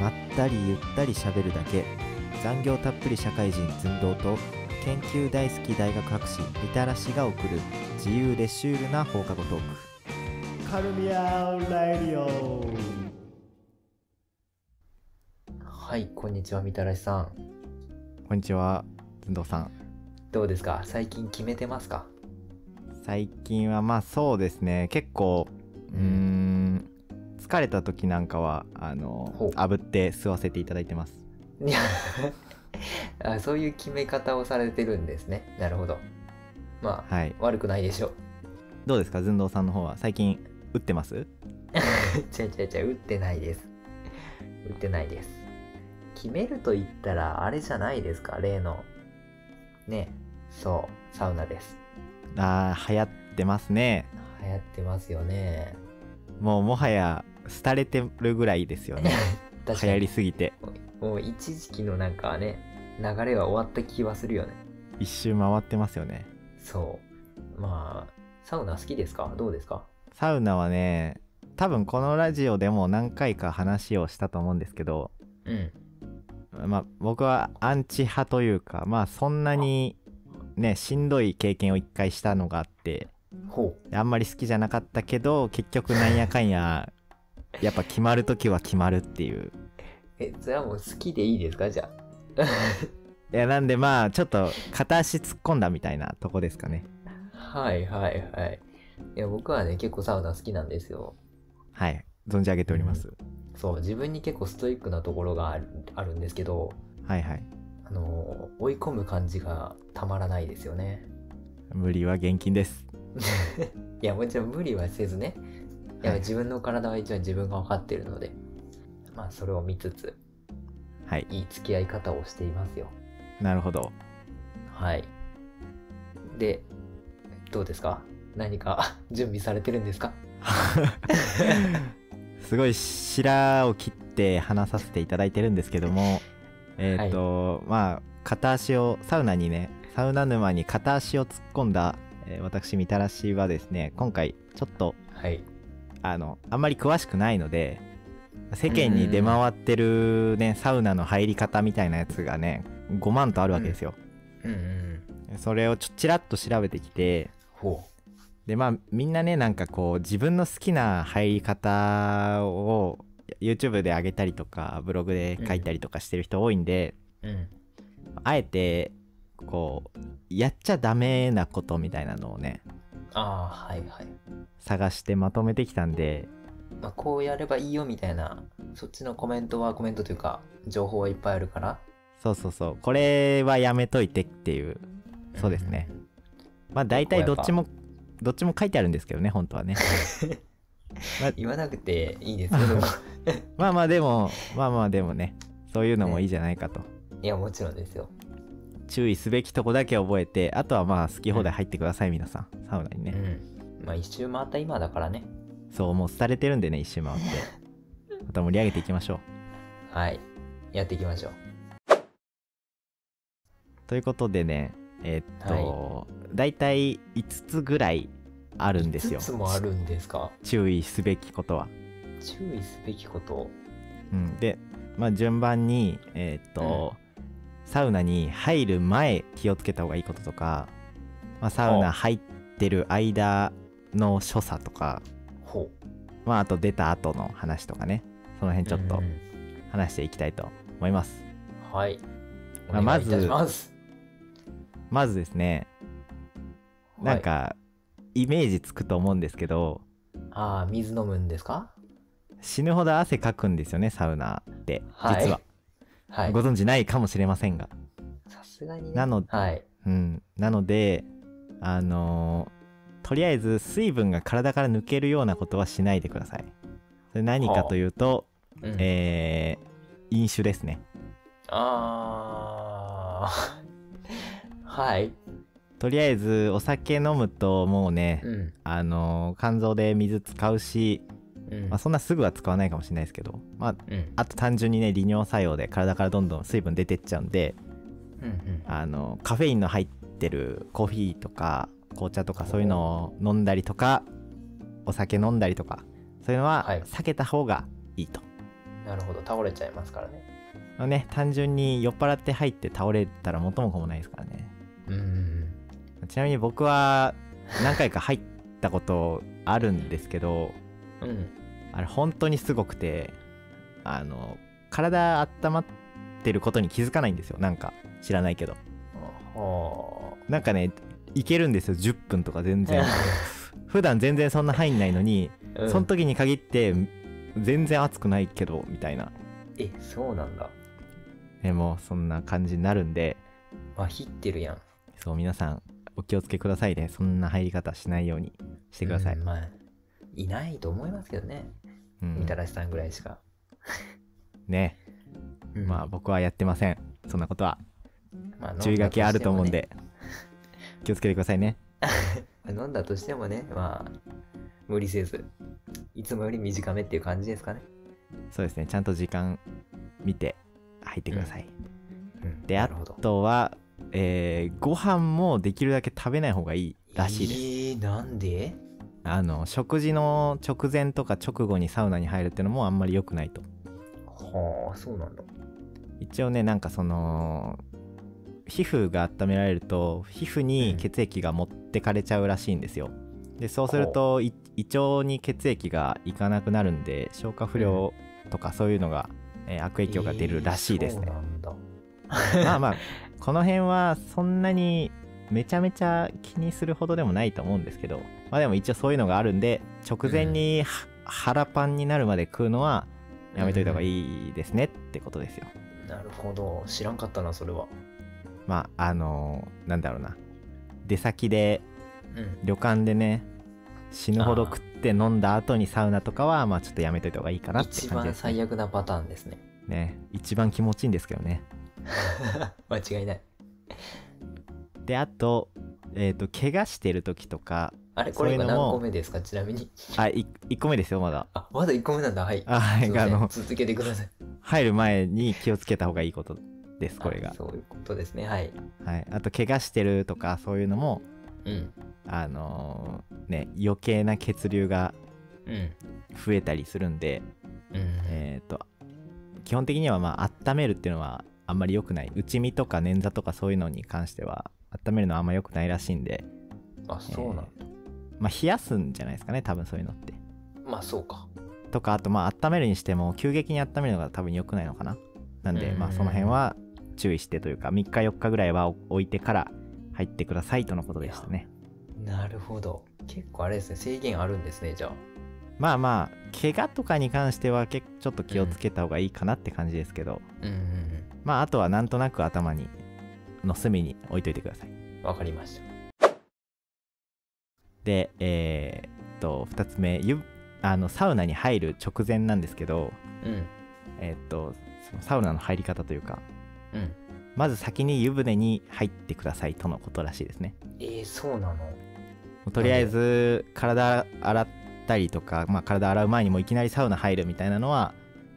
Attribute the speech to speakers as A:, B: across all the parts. A: まったりゆったり喋るだけ残業たっぷり社会人寸胴と研究大好き大学博士みたらしが送る自由でシュールな放課後トーク
B: カルミアラディオ
C: はい、こんにちは、みたらしさん。
A: こんにちは寸胴さん
C: どうですか最近決めてますか
A: 最近はまあそうですね結構うーん疲れた時なんかはあ
C: ほ
A: の
C: う
A: 炙って吸わせていただいてます
C: いやあ、そういう決め方をされてるんですね。なるほど。まあ、
A: はい
C: 悪くないでしょう。
A: どうですか寸胴さんの方は最近打ってます
C: ちゃいちゃいちゃい、打ってないです。打ってないです。決めると言ったら、あれじゃないですか例の。ね、そう、サウナです。
A: あー流行ってますね
C: 流行ってますよね。
A: もうもはや廃れてるぐらいですよね 流
C: 確か
A: 行
C: に
A: り、すぎて
C: もう一時期のなんかね、流れは終わった気はするよね。
A: 一周回ってますよね
C: そう。まあ、サウナ好きですかどうですか
A: サウナはね多分このラジオでも何回か話をしたと思うんですけど
C: うん。
A: まあ僕はアンチ派というかまあそんなにねしんどい経験を一回したのがあって
C: ほ
A: あんまり好きじゃなかったけど結局なんやかんややっぱ決まる時は決まるっていう
C: う。え、それはもう好きでいいですかじゃあ。
A: いやなんでまあちょっと片足突っ込んだみたいなとこですかね
C: はいはいはい。いや、僕はね、結構サウナ好きなんですよ。
A: はい存じ上げております、
C: そう、自分に結構ストイックなところがあるあるんですけど、
A: はいはい
C: あのー追い込む感じがたまらないですよね。
A: 無理は現金です
C: いや、もちろん無理はせずね。いや、
A: はい
C: 自分の体は一応自分が分かってるので、まあ、それを見つつ、
A: はい
C: いい付き合い方をしていますよ。
A: なるほど
C: はい。で、どうですか何か 準備されてるんですか
A: すごい白を切って話させていただいてるんですけどもえっ、と、まあ片足をサウナにねサウナ沼に片足を突っ込んだ、えー私みたらしはですね今回ちょっと
C: はい。
A: あのあんまり詳しくないので世間に出回ってるねサウナの入り方みたいなやつがね5万とあるわけですよ、
C: うんうん。
A: それをちょちらっと調べてきて
C: ほ
A: でまあみんなねなんかこう自分の好きな入り方を YouTube で上げたりとかブログで書いたりとかしてる人多いんで、
C: う。うん。
A: あえてこうやっちゃダメなことみたいなのをね
C: ああ、はいはい。
A: 探してまとめてきたんで
C: まあ、こうやればいいよみたいな、そっちのコメントはコメントというか、情報はいっぱいあるから。
A: そうそうそうこれはやめといてっていうそうですね
C: ん。
A: まあ大体どっちもどっちも書いてあるんですけどね本当はね
C: 言わなくていいですけ ど。
A: まあまあでもまあまあでもねそういうのもいいじゃないかと、
C: いや、もちろんですよ。
A: 注意すべきとこだけ覚えてあとはまあ好き放題入ってください、皆さんサウナに
C: う
A: ね、
C: ん。まあ、一周回った今だからね。
A: そうもう廃れてるんでね一周 回ってまた盛り上げていきましょう
C: はい。やっていきましょう。
A: ということでねえーっと、大体5つぐらいあるんですよ
C: 5つもあるんですか
A: 注意すべきことは、
C: 注意すべきこと。
A: うん、で、まあ、順番にえーっと、サウナに入る前気をつけた方がいいこととか、まあ、サウナ入ってる間の所作とか
C: ほ
A: まああと出た後の話とかねその
C: う。
A: 辺ちょっ
C: う
A: と
C: んうん
A: 話していきたいと思います、
C: はい。お
A: まあ
C: 願いいたし
A: ま
C: ます。
A: まずですねなんか、イメージつくと思うんですけど
C: ああ、水飲むんですか
A: 死ぬほど汗かくんですよねサウナって
C: はい
A: 実は、
C: はい
A: ご。存知ないかもしれませんが
C: さすがにね。
A: なの
C: はい。
A: うんなのであのーとりあえず水分が体から抜けるようなことはしないでくださいそれ何かというと、
C: うん
A: えー飲酒ですね
C: ああ。 はい。
A: とりあえずお酒飲むともうね、
C: うん。
A: あのー肝臓で水使うし、
C: うん。
A: まあ、そんなすぐは使わないかもしれないですけど、まあ、
C: うん。
A: あと単純にね利尿作用で体からどんどん水分出てっちゃうんで
C: うんうん。
A: あのカフェインの入ってるコーヒーとか紅茶とかそういうのを飲んだりとかお酒飲んだりとかそういうのは
C: はい
A: 避けた方がいいと
C: なるほど倒れちゃいますからね
A: まあね単純に酔っ払って入って倒れたら元も子もないですからね
C: うんうんうん
A: ちなみに僕は何回か入ったことあるんですけど
C: うん
A: あれ本当にすごくてあの体温まってることに気づかないんですよなんか知らないけど
C: は
A: なんかねいけるんですよ10分とか全然普段全然そんな入んないのに、
C: あ、うん
A: その時に限って全然熱くないけどみたいな
C: えそうなんだ
A: でもそんな感じになるんで
C: まひってるやん
A: そう皆さんお気をつけくださいねそんな入り方しないようにしてください、
C: うんまあいないと思いますけどね
A: うん
C: みたらしさんぐらいしか、
A: ね
C: うん
A: まあ僕はやってませんそんなことは
C: まあ
A: 注意書きあると思うんで、気をつけてくださいね
C: 飲んだとしてもねまあ無理せずいつもより短めっていう感じですかね、
A: そうですねちゃんと時間見て入ってください、
C: うん、
A: で
C: な
A: あ
C: るほど
A: とは、えーご飯もできるだけ食べない方がいいらしいです、
C: えー、なんで
A: あの食事の直前とか直後にサウナに入るってのもあんまり良くないと
C: はあそうなんだ
A: 一応ねなんかその皮膚が温められると皮膚に血液が持ってかれちゃうらしいんですよ、でそうするとい胃腸に血液がいかなくなるんで消化不良とかそういうのが、えー悪影響が出るらしいですね
C: えー、そうなんだ
A: まあまあこの辺はそんなにめちゃめちゃ気にするほどでもないと思うんですけどまあでも一応そういうのがあるんで直前には腹パンになるまで食うのはやめといた方がいいですねってことですよ
C: なるほど知らんかったなそれは
A: まああのーなんだろうな出先で
C: うん
A: 旅館でね死ぬほど食って飲んだ後にサウナとかはまあちょっとやめといた方がいいかなって
C: 一
A: 感じ
C: 番
A: です、ね、
C: 最悪なパターンですね
A: ね一番気持ちいいんですけどね
C: 間違いない
A: であとえっ、と怪我してる時とか
C: あれこ
A: そ
C: れ
A: うい
C: 今
A: うの
C: 何
A: も
C: 個目ですかちなみに
A: あい1個目ですよまだ
C: あまだ1個目なんだはい
A: あ
C: すいま
A: あ
C: せん
A: の
C: 続けてください
A: 入る前に気をつけた方がいいことです これ
C: あ
A: が
C: そういうことですねはい
A: はい、あと怪我してるとかそういうのも
C: うん
A: あのーね余計な血流が
C: うん
A: 増えたりするんで、
C: うん
A: えー、と基本的にはまあ温めるっていうのはあんまり良くない内身とか捻挫とかそういうのに関しては温めるのはあんま良くないらしいんで、
C: あそうなんだ、
A: まあ、冷やすんじゃないですかね多分そういうのって
C: まあそうか
A: とかあとまあ温めるにしても急激に温めるのが多分良くないのかななんで
C: うん
A: まあその辺は注意してというか3日4日ぐらいは置いてから入ってくださいとのことでしたね
C: なるほど結構あれですね制限あるんですねじゃあ
A: まあまあ怪我とかに関しては結構ちょっと気をつけた方がいいかなって感じですけど、
C: うんうん
A: まああとはなんとなく頭にの隅に置いといてください
C: うんわかりました
A: でえーっと2つ目ゆあのサウナに入る直前なんですけど
C: うん
A: えーっとそのサウナの入り方というか
C: うん
A: まず先に湯船に入ってくださいとのことらしいですね
C: えー、そうなの
A: もうとりあえず体洗ったりとか、まあ、体洗う前にもういきなりサウナ入るみたいなのは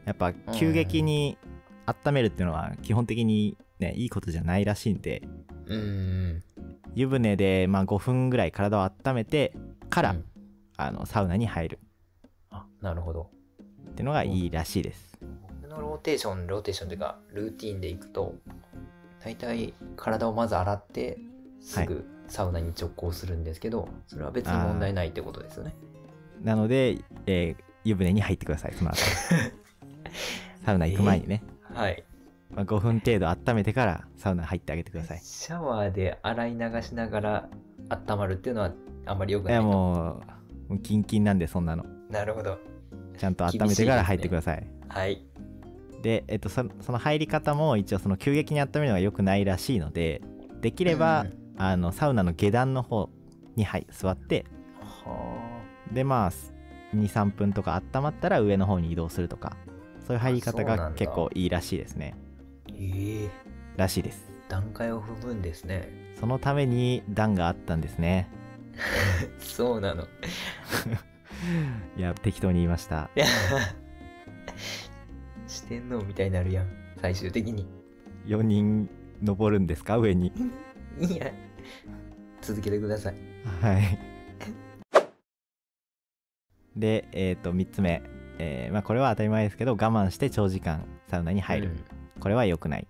A: やっぱ急激に温めるっていうのは基本的にねいいことじゃないらしいんで
C: うんうん
A: 湯船でまあ5分ぐらい体を温めてから、
C: うん
A: あのサウナに入る
C: あなるほど
A: っていうのがいいらしいです。
C: 僕のローテーションローテーションというかルーティンでいくと大体体をまず洗ってすぐサウナに直行するんですけど、それは別に問題ないってことですよね
A: なので、えー湯船に入ってくださいその後 サウナ行く前にね、
C: はい
A: まあ、5分程度温めてからサウナ入ってあげてください。
C: シャワーで洗い流しながら温まるっていうのはあんまり良
A: い
C: くない
A: や
C: と
A: もうもうキンキンなんでそんなの
C: なるほど
A: ちゃんと温めてから入ってください。
C: はい
A: で、えっと、そその入り方も一応その急激に温めるのが良くないらしいのでできれば、
C: うん
A: あのサウナの下段の方に、はい、座って
C: は
A: でまあ23分とか温まったら上の方に移動するとかそういう入り方
C: あそうな
A: が
C: んだ
A: 結構いいらしいですね
C: あええ
A: らしいです
C: 段階を踏むんですね
A: そのために段があったんですね
C: そうなの
A: いや適当に言いました
C: 四天王みたいになるやん最終的に
A: 4人登るんですか上に
C: いや続けてください
A: はいでえっ、と3つ目えーまあ、これは当たり前ですけど我慢して長時間サウナに入る、これは良くない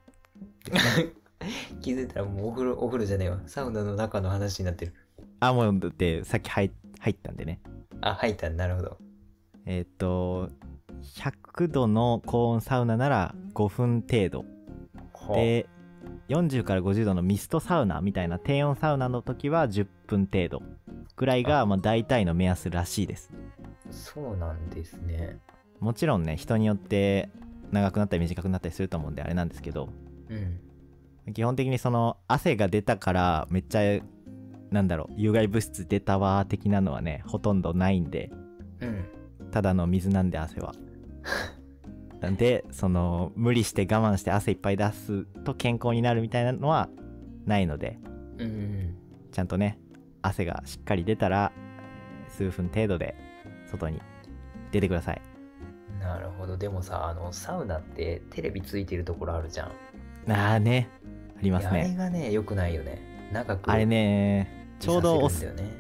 C: うん気づいたらもうお風呂お風呂じゃねえわサウナの中の話になってる
A: あもうだってさっき入入ったんでね
C: あ入ったなるほど
A: えーっと100度の高温サウナなら5分程度
C: ほう
A: で40から50度のミストサウナみたいな低温サウナの時は10分程度ぐらいがまあ大体の目安らしいです
C: そうなんですね
A: もちろんね人によって長くなったり短くなったりすると思うんであれなんですけど
C: うん
A: 基本的にその汗が出たからめっちゃなんだろう有害物質出たわー的なのはねほとんどないんで
C: うん
A: ただの水なんで汗 はなんでその無理して我慢して汗いっぱい出すと健康になるみたいなのはないので
C: うんうん
A: ちゃんとね汗がしっかり出たらえー数分程度で外に出てください
C: なるほどでもさあのサウナってテレビついてるところあるじゃん
A: ああねありま
C: い
A: す
C: やあれ
A: ね
C: がね良くないよね長く
A: あれね
C: 見
A: ちょうどお
C: させ
A: っ
C: るんだよね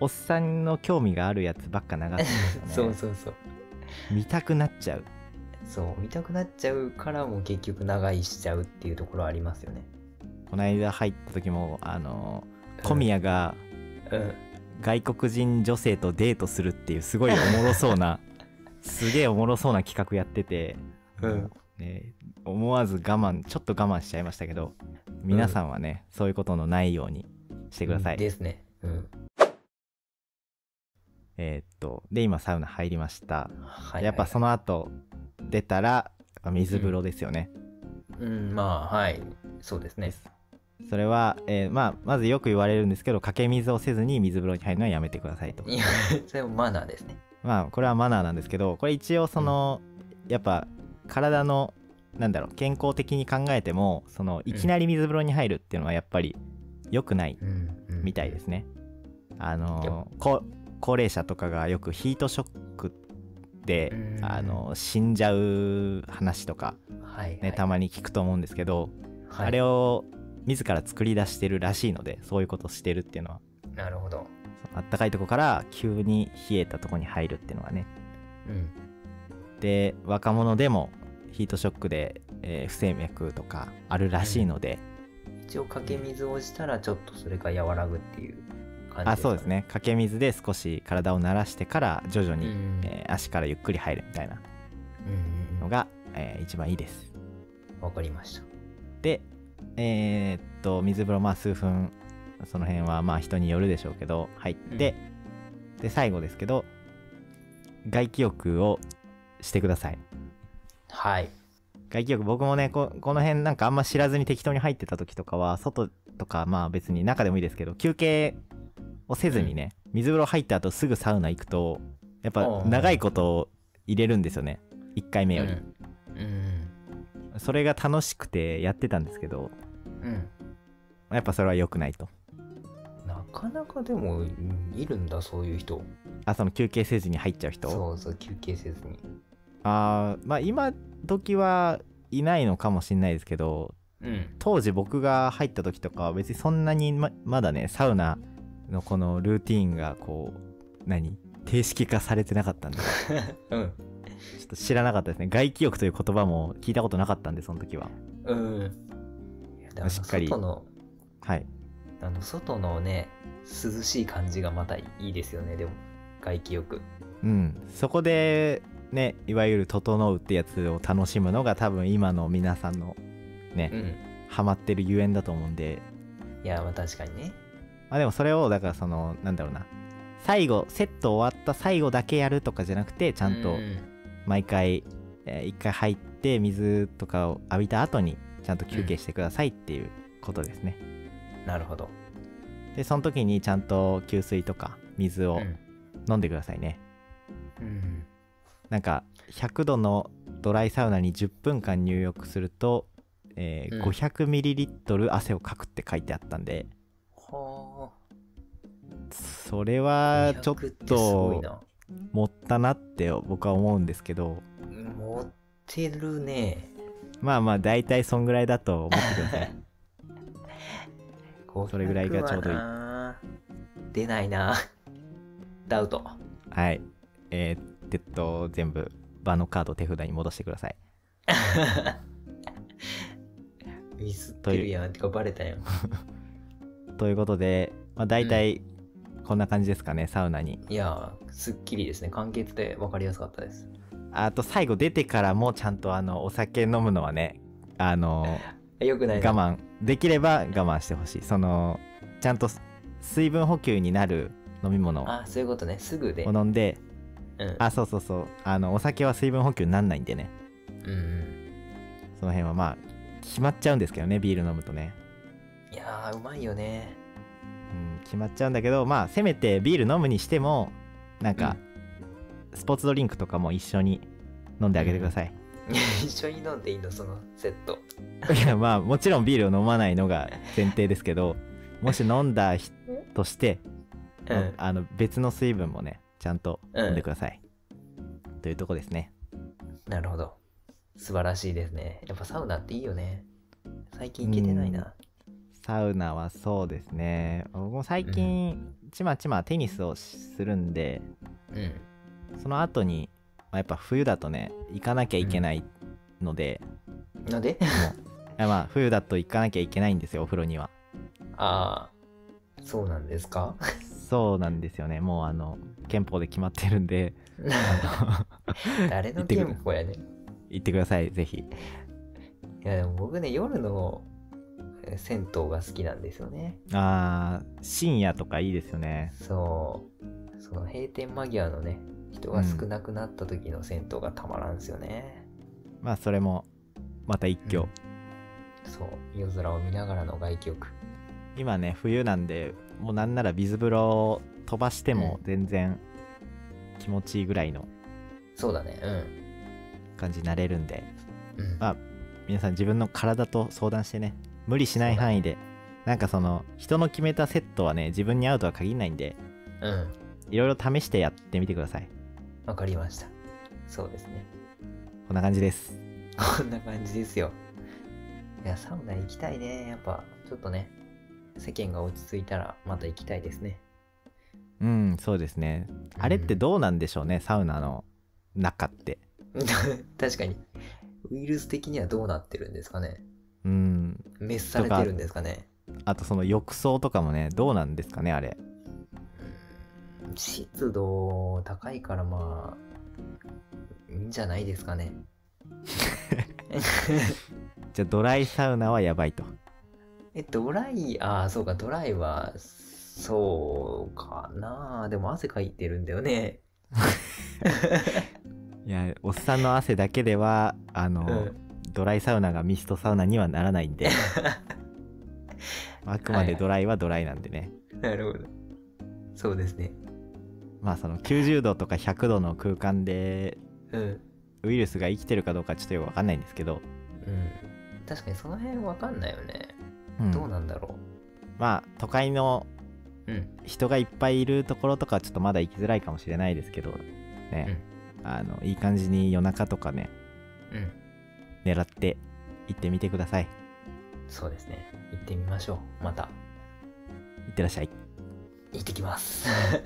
A: おっさんの興味があるやつばっか流すんですよね
C: そうそうそう
A: 見たくなっちゃう
C: そう見たくなっちゃうからもう結局長居しちゃうっていうところありますよね
A: この間入った時もあの小宮が
C: うん
A: 外国人女性とデートするっていうすごいおもろそう なすげえおもろそうな企画やってて、
C: うん
A: ね、思わず我慢ちょっと我慢しちゃいましたけど皆さんはね、そういうことのないようにしてください、
C: ですねうん
A: えーっとで今サウナ入りました、
C: はい
A: やっぱ
C: そ
A: その後出たらやっぱ水風呂ですよね、
C: うんまあはいそうですね
A: それは、えーまあ、まずよく言われるんですけど掛け水をせずに水風呂に入るのはやめてくださいと
C: いや それもマナーですね
A: まあこれはマナーなんですけどこれ一応その、やっぱ体のなんだろう健康的に考えてもそのいきなり水風呂に入るっていうのはやっぱり良くない
C: うん、うん、
A: みたいですね。あのーこ高齢者とかがよくヒートショックで、
C: うん
A: あのー死んじゃう話とか、
C: はい、はい
A: ねたまに聞くと思うんですけど、
C: はい
A: あれを自ら作り出してるらしいのでそういうことしてるっていうのは
C: なるほど
A: そのあったかいとこから急に冷えたとこに入るっていうのはね
C: うん
A: で若者でもヒートショックで、えー不整脈とかあるらしいので、
C: 一応かけ水をしたらちょっとそれが和らぐっていう感じ
A: あそうですねかけ水で少し体を慣らしてから徐々
C: うん
A: に、えー足からゆっくり入るみたいな
C: うんう
A: の
C: ん
A: が、えー一番いいです
C: わかりました
A: でえーっと水風呂まあ数分その辺はまあ人によるでしょうけど入って、で最後ですけど外気浴をしてください
C: はい
A: 外気浴僕もねここの辺なんかあんま知らずに適当に入ってた時とかは外とかまあ別に中でもいいですけど休憩をせずにね、水風呂入った後すぐサウナ行くとやっぱ
C: うん
A: 長いこと入れるんですよね1回目より、
C: うんうん
A: それが楽しくてやってたんですけど
C: うん
A: やっぱそれは良くないと
C: なかなかでもうんいるんだそういう人
A: あその休憩せずに入っちゃう人
C: そうそう休憩せずに
A: あーまあ今時はいないのかもしんないですけど
C: うん
A: 当時僕が入った時とかは別にそんなにままだねサウナのこのルーティーンがこう何定式化されてなかったんで ちょ
C: うん
A: っと知らなかったですね外気浴という言葉も聞いたことなかったんでその時は
C: うんいやだら
A: しっかり
C: 外の
A: はい
C: あの外のね涼しい感じがまたいいですよねでも外気浴
A: うんそこでねいわゆる「整う」ってやつを楽しむのが多分今の皆さんの
C: うん
A: ハマってるゆえんだと思うんで
C: いやまあ確かにね
A: まあでもそれをだからそのなんだろうな最後セット終わった最後だけやるとかじゃなくてち
C: ち
A: ゃんと毎回、えー一回入って水とかを浴びた後にちゃんと休憩してくださいっていうことですね、
C: なるほど
A: でその時にちゃんと給水とか水を
C: うん
A: 飲んでくださいね、
C: うん
A: なんか100度のドライサウナに10分間入浴すると、えー
C: うん
A: 500ml 汗をかくって書いてあったんで
C: は
A: それ
C: あ
A: はちょっ
C: 200てすごい
A: と
C: な
A: 持ったなって僕は思うんですけど
C: 持ってるね
A: まあまあ大体そんぐらいだと思ってくだ さいそれぐらいがちょうどいい
C: 500はな出 ないなダウト
A: はい。えー、えっと、全部場のカードを手札に戻してください
C: ミスってるやん。てか、バレたやん。
A: ということで、まあ、大体こんな感じですかね、サウナに
C: いやー、すっきりですね。簡潔で分かりやすかったです。
A: あと最後出てからもちゃんとあのお酒飲むのはねあ の
C: よくないな
A: 我慢できれば我慢してほしいそのちゃんと水分補給になる飲み物を
C: あ、そういうことね。すぐで。うん。
A: 飲んであそうそうそうあのお酒は水分補給になんないんでね
C: うんうん。
A: その辺はまあ決まっちゃうんですけどねビール飲むとね、
C: いやー、うまいよね。
A: うん、決まっちゃうんだけどまあせめてビール飲むにしてもなんか、スポーツドリンクとかも一緒に飲んであげてください、
C: 一緒に飲んでいいの、そのセット。
A: いや まあもちろんビールを飲まないのが前提ですけどもし飲んだ人として、
C: うん。
A: あの別の水分もねちゃんと飲んでください、というとこですね
C: なるほど。素晴らしいですね。やっぱサウナっていいよね。最近行けてないな。
A: サウナはそうですね僕も最近ちまちまテニスをするんで
C: うん。
A: その後に、まあやっぱ冬だとね行かなきゃいけないので、
C: なんで
A: いやまあ冬だと行かなきゃいけないんですよお風呂には
C: ああ、そうなんです か
A: そうなんですよねもうあの憲法で決まってるんで
C: 誰
A: 行
C: の
A: ってく
C: 憲
A: る
C: 法やねん。
A: 行ってくださいぜひ
C: いやでも僕ね夜のえー銭湯が好きなんですよね
A: あー深夜とかいいですよね
C: そうその閉店間際のね人が少なくなった時の銭湯がたまらんすよね、
A: まあそれもまた一挙、
C: うんそう夜空を見ながらの外気浴
A: 今ね冬なんでもうなんなら水風呂を飛ばしても全然気持ちいいぐらいの
C: そうだね
A: 感じになれるんで、
C: うん、うん、
A: あ皆さん自分の体と相談してね無理しない範囲でなんかその人の決めたセットはね自分に合うとは限らないんで
C: うん
A: いろいろ試してやってみてください
C: わかりましたそうですね
A: こんな感じです
C: こんな感じですよいやサウナ行きたいねやっぱちょっとね世間が落ち着いたらまた行きたいですね
A: うんそうですねあれってどうなんでしょうね、サウナの中って
C: うん確かにウイルス的にはどうなってるんですかね
A: うん
C: 滅されてるんですかね
A: あとその浴槽とかもねどうなんですかねあれ
C: 湿度高いからまあいいんじゃないですかね
A: じゃあドライサウナはやばいと
C: えドライああそうかドライはそうかなでも汗かいてるんだよね
A: いやおっさんの汗だけではあの、
C: うん
A: ドライサウナがミストサウナにはならないん であくまでドライはドライなんでね、
C: なるほどそうですね
A: まあその90度とか100度の空間で
C: うん
A: ウイルスが生きてるかどうかちょっとよくわかんないんですけど、
C: うん確かにその辺わかんないよね、
A: うん
C: どうなんだろ
A: まあ都会の
C: ううん
A: 人がいっぱいいるところとかはちょっとまだ行きづらいかもしれないですけどね、あのいい感じに夜中とかね
C: うん
A: 狙って行ってみてください
C: そうですね行ってみましょうまた
A: 行ってらっしゃい
C: 行ってきます。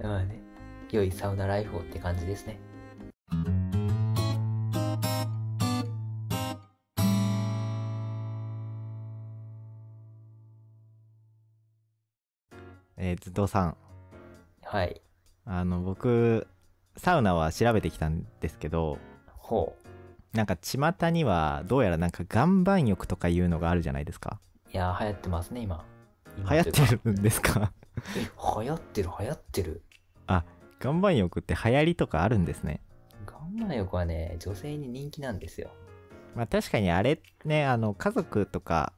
C: まあね、良いサウナライフをって感じですね。
A: えー、ずっとさん
C: はい。
A: あの僕サウナは調べてきたんですけど
C: ほ
A: なんか巷にはどうやらなんか岩盤浴とかいうのがあるじゃないですか
C: う。いやー、流行ってますね、今。
A: 流行って
C: る
A: るんですか
C: 流行ってる、流行ってる。
A: 岩盤浴って流行りとかあるんですね
C: 岩盤浴はね、女性に人気なんですよ。
A: まあ確かにあれねあの家族とか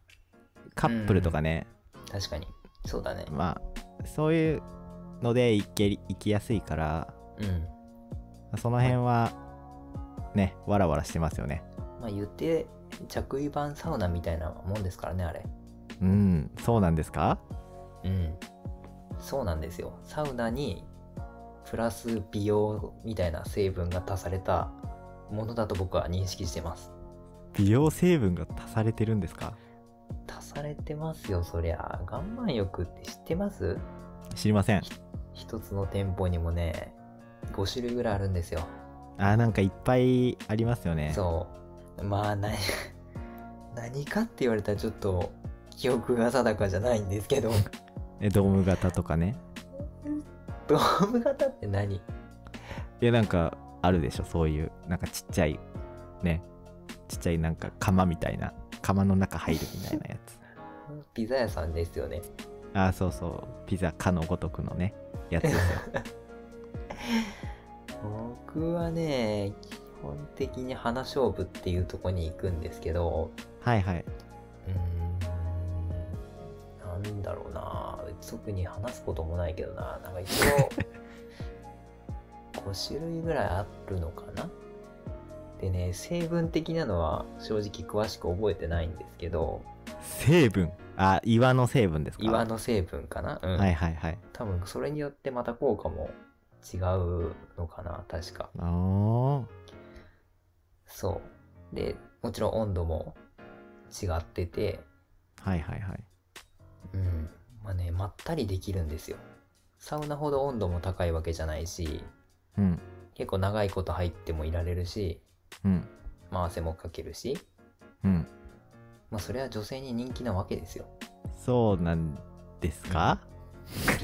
A: カップルとかね、
C: 確かに。そうだね。
A: まあそういうので行け行きやすいから
C: うん。
A: その辺はねわらわらしてますよね
C: まあ言って、着衣版サウナみたいなもんですからね、あれ。
A: うんそうなんですか
C: うん。そうなんですよ。サウナに、プラス美容みたいな成分が足されたものだと僕は認識してます。
A: 美容成分が足されてるんですか
C: 足されてますよそりゃ岩盤浴って知ってます
A: 知りません
C: 一つの店舗にもね5種類ぐらいあるんですよ。
A: あーなんかいっぱいありますよね
C: そう。まあ、何、 何かって言われたらちょっと記憶が定かじゃないんです けど、
A: えドーム型とかね
C: ドーム型って何
A: いやなんかあるでしょそういうなんかちっちゃいねちっちゃいなんか釜みたいな釜の中入るみたいなやつ
C: ピザ屋さんですよね。
A: あーそうそうピザかのごとくのねやつ ですよ
C: 僕はね、基本的に花勝負っていうとこに行くんですけど、
A: はいはいう
C: ーん、なんだろうな特に話すこともないけどななんか一 応、5種類ぐらいあるのかなでね、成分的なのは正直詳しく覚えてないんですけど、
A: 成分あ岩の成分ですか
C: 岩の成分かなうん。
A: はいはいはい
C: 多分それによってまた効果も違うのかな確か。
A: あー
C: そう。で、もちろん温度も違ってて、
A: はいはいはい
C: うん。まあね、まったりできるんですよ。サウナほど温度も高いわけじゃないし、
A: うん
C: 結構長いこと入ってもいられるし、
A: うん
C: まあ汗もかけるし、
A: うん
C: まあそれは女性に人気なわけですよ。
A: そうなんですか、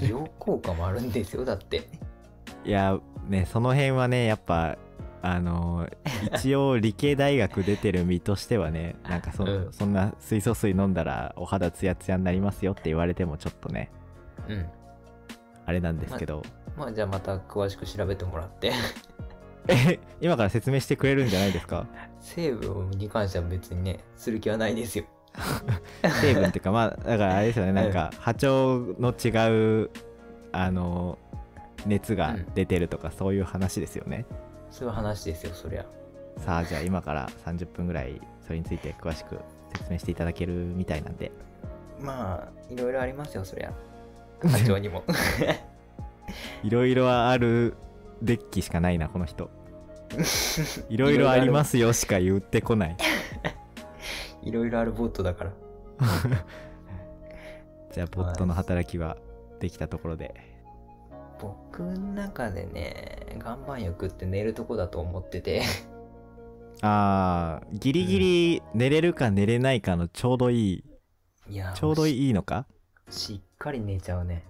C: 美容効果もあるんですよ、だって。
A: いやねその辺はねやっぱあのー一応理系大学出てる身としては ねなんかそ,、
C: うん
A: ん、そんな水素水飲んだらお肌ツヤツヤになりますよって言われてもちょっとね
C: うん。
A: あれなんですけど、
C: まあじゃあまた詳しく調べてもらって。
A: え 今から説明してくれるんじゃないですか
C: 成分に関しては別にね、する気はないですよ。
A: 成分っていうかまあだからあれですよねなんか波長の違うあのー熱が出てるとかそういう話ですよね、
C: そういう話ですよ、そりゃ。
A: さあじゃあ今から30分ぐらいそれについて詳しく説明していただけるみたいなんで
C: まあ、いろいろありますよ、そりゃ。課長にも。
A: いろいろあるデッキしかないなこの 人いろいろありますよしか言ってこない
C: いろいろあるボットだから。
A: じゃあボットの働きはできたところで
C: 僕の中でね、岩盤浴って寝るとこだと思って て、
A: あーギリギリ寝れるか寝れないかのちょうどいい、
C: いやー、
A: ちょうど
C: い。
A: いいのか
C: しっかり寝ちゃうね。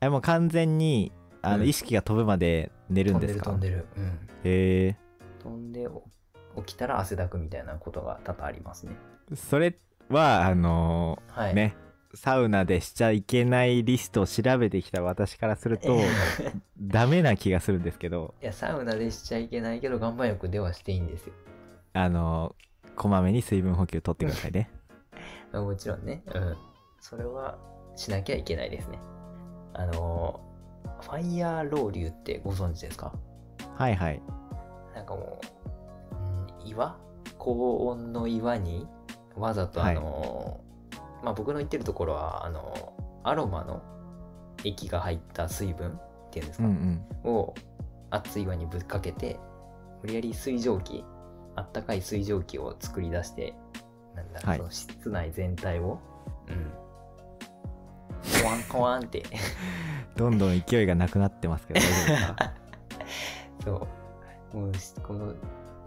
A: えもう完全にあの、
C: うん
A: 意識が飛ぶまで寝るん
C: 飛ん
A: で
C: でする
A: か
C: 飛んでる。うん。
A: へえ
C: 飛んでお起きたら汗だくみたいなことが多々ありますね。
A: それはあの
C: は
A: ー
C: い。。
A: ねサウナでしちゃいけないリストを調べてきた私からする とダメな気がするんですけど
C: いや、サウナでしちゃいけないけど、岩盤浴ではしていいんですよ。
A: あの、こまめに水分補給取ってください ね。
C: まあもちろんね、うん。それはしなきゃいけないですね。あのー、ファイヤーロウリュウってご存知ですか
A: はいはい。
C: なんかもう、うん、岩高温の岩にわざとあのー、まあ僕の言ってるところは、あのー、アロマの液が入った水分っていうんです
A: う
C: か、
A: んうん。
C: を熱い岩にぶっかけて、無理やり水蒸気、あったかい水蒸気を作り出して、なんだ、
A: はい
C: その室内全体を、うん。コワンコワンって、
A: どんどん勢いがなくなってますけど、大丈夫ですか
C: そう、もうしこの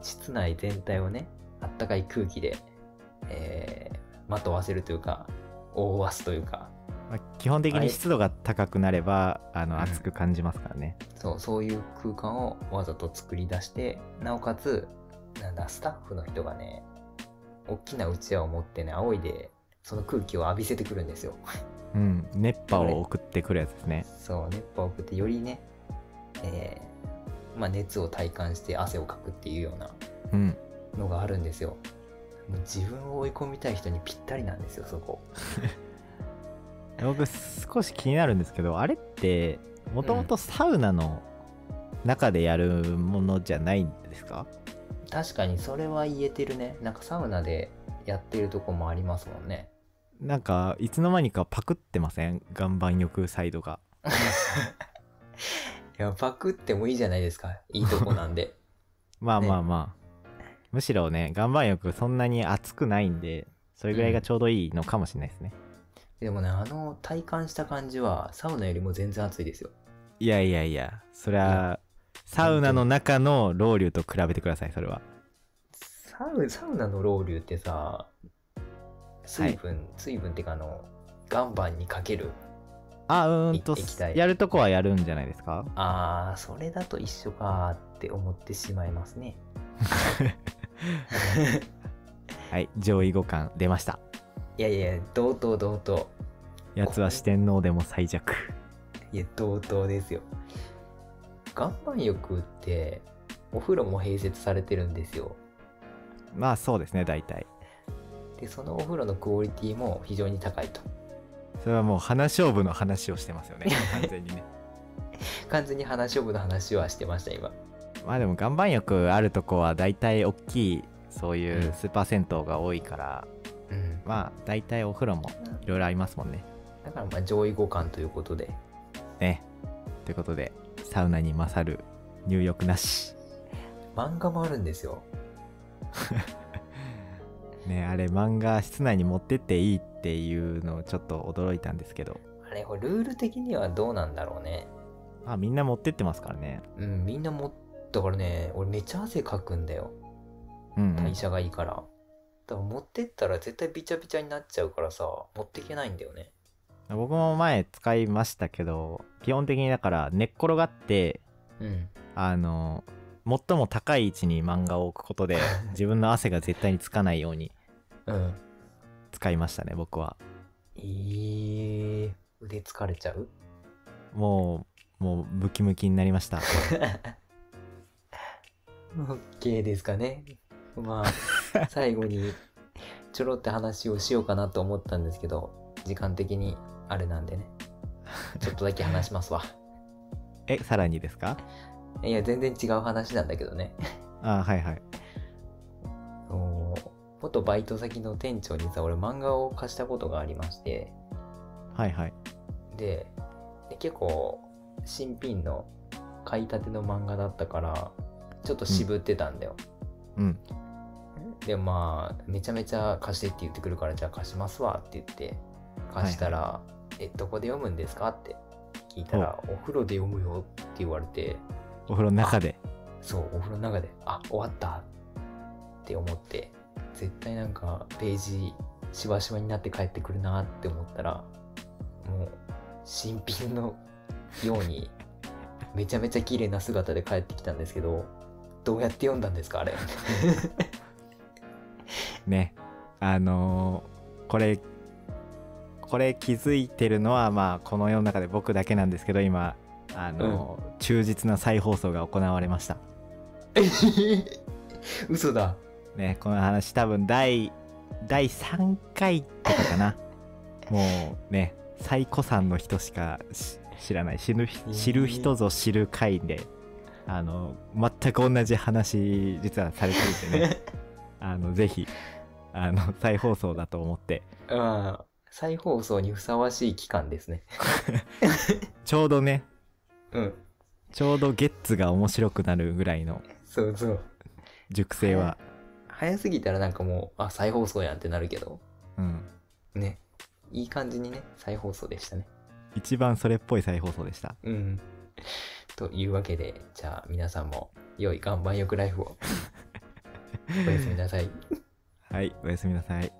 C: 室内全体をね、あったかい空気で、えー、まとわせるというか、覆わすというか、
A: まあ基本的に湿度が高くなれば、あの、暑く感じますからね。
C: そう、そういう空間をわざと作り出して、なおかつ、なんだ、スタッフの人がね、大きなうちわを持ってね、仰いで、その空気を浴びせてくるんですよ。
A: うん。熱波を送ってくるやつですね。
C: そう、熱波を送って、よりね、えーまあ、熱を体感して汗をかくっていうような
A: うん。
C: のがあるんですよ。もう自分を追い込みたい人にぴったりなんですよ、そこ。
A: 僕、少し気になるんですけど、あれって、もともとサウナの中でやるものじゃないんですか、
C: 確かにそれは言えてるね。なんかサウナでやってるとこもありますもんね。
A: なんか、いつの間にかパクってません岩盤浴サイドが。
C: いや、パクってもいいじゃないですか。いいとこなんで。
A: まあ
C: ね
A: まあまあ、むしろね岩盤浴そんなに熱くないんでそれぐらいがちょうどいいのかもしれないですね、
C: でもね、あの体感した感じは、サウナよりも全然暑いですよ。
A: いやいやいやそりゃサウナの中のロウリュと比べてくださいそれは
C: サウサウナのロウリュってさ水分、水分ってかあの岩盤にかける
A: あうーんと
C: 行ってきたい
A: やるとこはやるんじゃないですか
C: あーそれだと一緒かーって思ってしまいますね
A: はい上位互換出ました
C: いやいや同等同等
A: やつは四天王でも最弱
C: いや同等ですよ岩盤浴ってお風呂も併設されてるんですよ
A: まあそうですね大体
C: でそのお風呂のクオリティも非常に高いと
A: それはもう花勝負の話をしてますよね完全にね
C: 完全に話し勝負の話はしてました今
A: まあでも岩盤浴あるとこは大体大きいそういうんうスーパー銭湯が多いから、
C: うん
A: まあ大体お風呂もいろいろありますもんね
C: だからまあ上位互換ということで
A: ねということでサウナに勝る入浴なし
C: 漫画もあるんですよ
A: ねあれ漫画室内に持ってっていいっていうのをちょっと驚いたんですけど
C: あれこれルール的にはどうなんだろうね
A: まあみんな持ってってますからね
C: うんみんなもだからね俺めっちゃ汗かくんだよ
A: うん、うん
C: 代謝がいいから、だから持ってったら絶対ビチャビチャになっちゃうからさ持っていけないんだよね
A: 僕も前使いましたけど基本的にだから寝っ転がって
C: うん
A: あの最も高い位置に漫画を置くことで自分の汗が絶対につかないように
C: うん
A: 使いましたね僕は
C: えー、腕疲れちゃう
A: もうもうムキムキになりました
C: OK ですかねまあ最後にちょろって話をしようかなと思ったんですけど時間的にあれなんでねちょっとだけ話しますわ
A: えさらにですか
C: いや全然違う話なんだけどね
A: あはいはい
C: あの元バイト先の店長にさ俺漫画を貸したことがありまして
A: はいはい
C: でで結構新品の買いたての漫画だったからちょっと渋ってたんだよ、
A: うん
C: でまあめちゃめちゃ貸してって言ってくるからじゃあ貸しますわって言って貸したら、えどこで読むんですかって聞いたらお風呂で読むよって言われて
A: お風呂の中で
C: そうお風呂の中であ終わったって思って絶対なんかページしわしわになって帰ってくるなって思ったらもう新品のように めちゃめちゃ綺麗な姿で帰ってきたんですけどどうやって読んだんですかあれ
A: ねあのーこれこれ気づいてるのはまあこの世の中で僕だけなんですけど今あのー忠実な再放送が行われました
C: 嘘だ
A: ねこの話多分第第3回とかか なもうね最古参の人しかし知らない知る
C: えー
A: 知る人ぞ知る回であの全く同じ話実はされていてね あのぜひあの再放送だと思って
C: うん再放送にふさわしい期間ですね
A: ちょうどね
C: うん
A: ちょうどゲッツが面白くなるぐらいの
C: そうそう
A: 熟成は、
C: 早すぎたらなんかもうあ再放送やんってなるけど
A: うん、
C: ねいい感じにね再放送でしたね
A: 一番それっぽい再放送でした
C: うんというわけでじゃあ皆さんも 良い岩盤浴ライフをおやすみなさい
A: はいおやすみなさい